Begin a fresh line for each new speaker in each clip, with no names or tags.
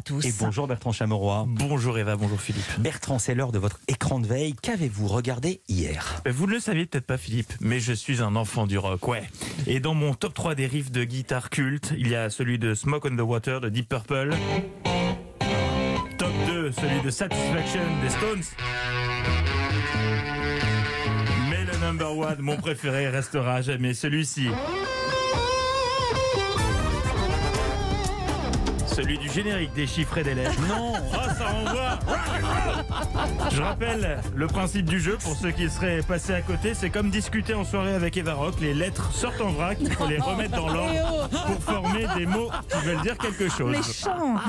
tous.
Et bonjour Bertrand Chamorroy.
Bonjour Eva, bonjour Philippe.
Bertrand, c'est l'heure de votre écran de veille. Qu'avez-vous regardé hier
Euh, Vous ne le saviez peut-être pas Philippe, mais je suis un enfant du rock, ouais. Et dans mon top 3 des riffs de guitare culte, il y a celui de Smoke on the Water de Deep Purple. Top 2, celui de Satisfaction des Stones. Mais le number 1, mon préféré, restera à jamais celui-ci. Celui du générique des chiffres et des lettres. Non Oh, ça envoie Je rappelle le principe du jeu pour ceux qui seraient passés à côté, c'est comme discuter en soirée avec Eva Rock, les lettres sortent en vrac, il faut les remettre dans l'ordre pour former des mots qui veulent dire quelque chose.
Méchant
Alors,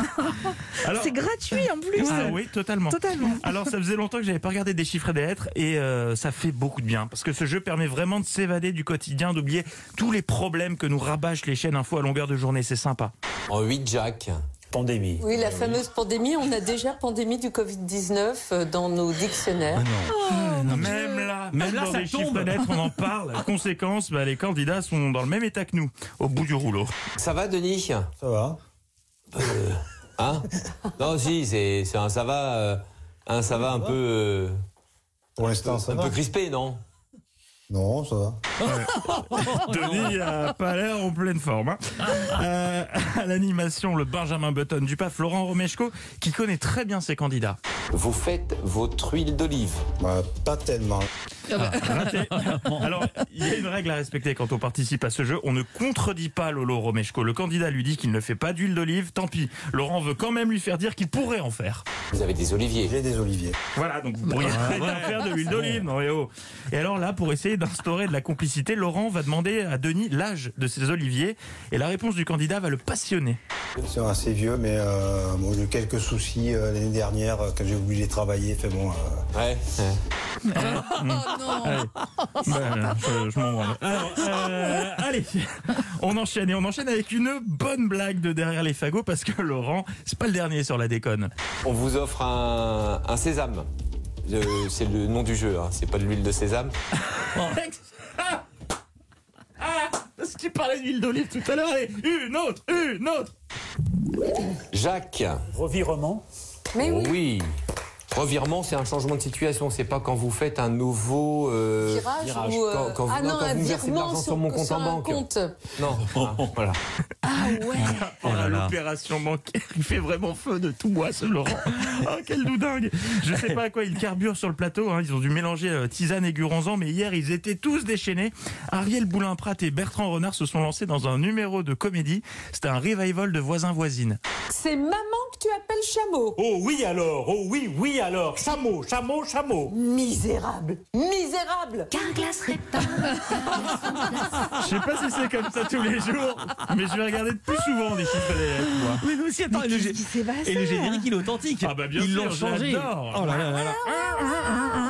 Ah,
Ah.
C'est gratuit en plus
ah oui, totalement.
Totalement
Alors ça faisait longtemps que j'avais pas regardé des chiffres et des lettres et euh, ça fait beaucoup de bien parce que ce jeu permet vraiment de s'évader du quotidien, d'oublier tous les problèmes que nous rabâchent les chaînes info à longueur de journée, c'est sympa.
En 8 Jack.
Pandémie.
Oui, la fameuse pandémie, on a déjà pandémie du Covid-19 euh, dans nos dictionnaires.
Ah
Même là, même
là,
dans
ça
les
tombe.
chiffres et lettres, on en parle. Conséquence, bah, les candidats sont dans le même état que nous, au bout du rouleau.
Ça va, Denis Ça
va.
Hein Non, si, c'est c'est un ça va, euh, un ça va un peu, euh,
Pour l'instant, ça
un
va.
peu crispé, non
Non, ça va.
Oh,
Denis a pas l'air en pleine forme. hein. Euh, à l'animation, le Benjamin Button du pas Florent Romeshko, qui connaît très bien ses candidats.
Vous faites votre huile d'olive.
Bah, pas tellement.
Raté. Alors, il y a une règle à respecter quand on participe à ce jeu. On ne contredit pas Lolo Romeshko. Le candidat lui dit qu'il ne fait pas d'huile d'olive. Tant pis. Laurent veut quand même lui faire dire qu'il pourrait en faire.
Vous avez des oliviers.
J'ai des oliviers.
Voilà, donc vous pourriez très bien faire de l'huile d'olive, non et oh. Et alors là, pour essayer d'instaurer de la complicité, Laurent va demander à Denis l'âge de ses oliviers. Et la réponse du candidat va le passionner.
Ils sont assez vieux, mais euh, bon, j'ai eu quelques soucis euh, l'année dernière euh, quand j'ai oublié de travailler. Fait bon, euh,
Ouais. ouais.
Ben, je je m'en branle. Alors, euh, allez, on enchaîne et on enchaîne avec une bonne blague de derrière les fagots parce que Laurent, c'est pas le dernier sur la déconne.
On vous offre un, un sésame. Euh, c'est le nom du jeu, hein, c'est pas de l'huile de sésame.
Ah Ah Parce qu'il parlait d'huile d'olive tout à l'heure. Allez, une autre, une autre.
Jacques.
Revirement.
Mais Eh oui,
Oui. Revirement, c'est un changement de situation. C'est pas quand vous faites un nouveau. euh,
virage, ou. euh,
Quand, quand vous,
ah
non,
non,
quand
un
vous versez de
virement
l'argent
sur,
sur mon compte
sur
en
un
banque.
compte.
Non, voilà.
Oh là
là.
L'opération bancaire, il fait vraiment feu de tout bois, ce Laurent. Oh, quel doudingue Je sais pas à quoi ils carburent sur le plateau. hein. Ils ont dû mélanger euh, tisane et guranzan, mais hier, ils étaient tous déchaînés. Ariel Boulin-Prat et Bertrand Renard se sont lancés dans un numéro de comédie. C'était un revival de voisins-voisines.
C'est maman que tu appelles chameau.
Oh oui alors, oh oui, oui alors. Chameau, chameau, chameau.
Misérable. Misérable.
Carglass répare.
Je sais pas si c'est comme ça tous les jours, mais je vais regarder de plus souvent des chiffres et des lettres, moi.
Mais nous aussi, attends, et le, gé-
Qui s'est passé
et le générique, il est authentique.
Ah bah bien
Ils
sûr,
l'ont changé.
j'adore.
Oh là là là là.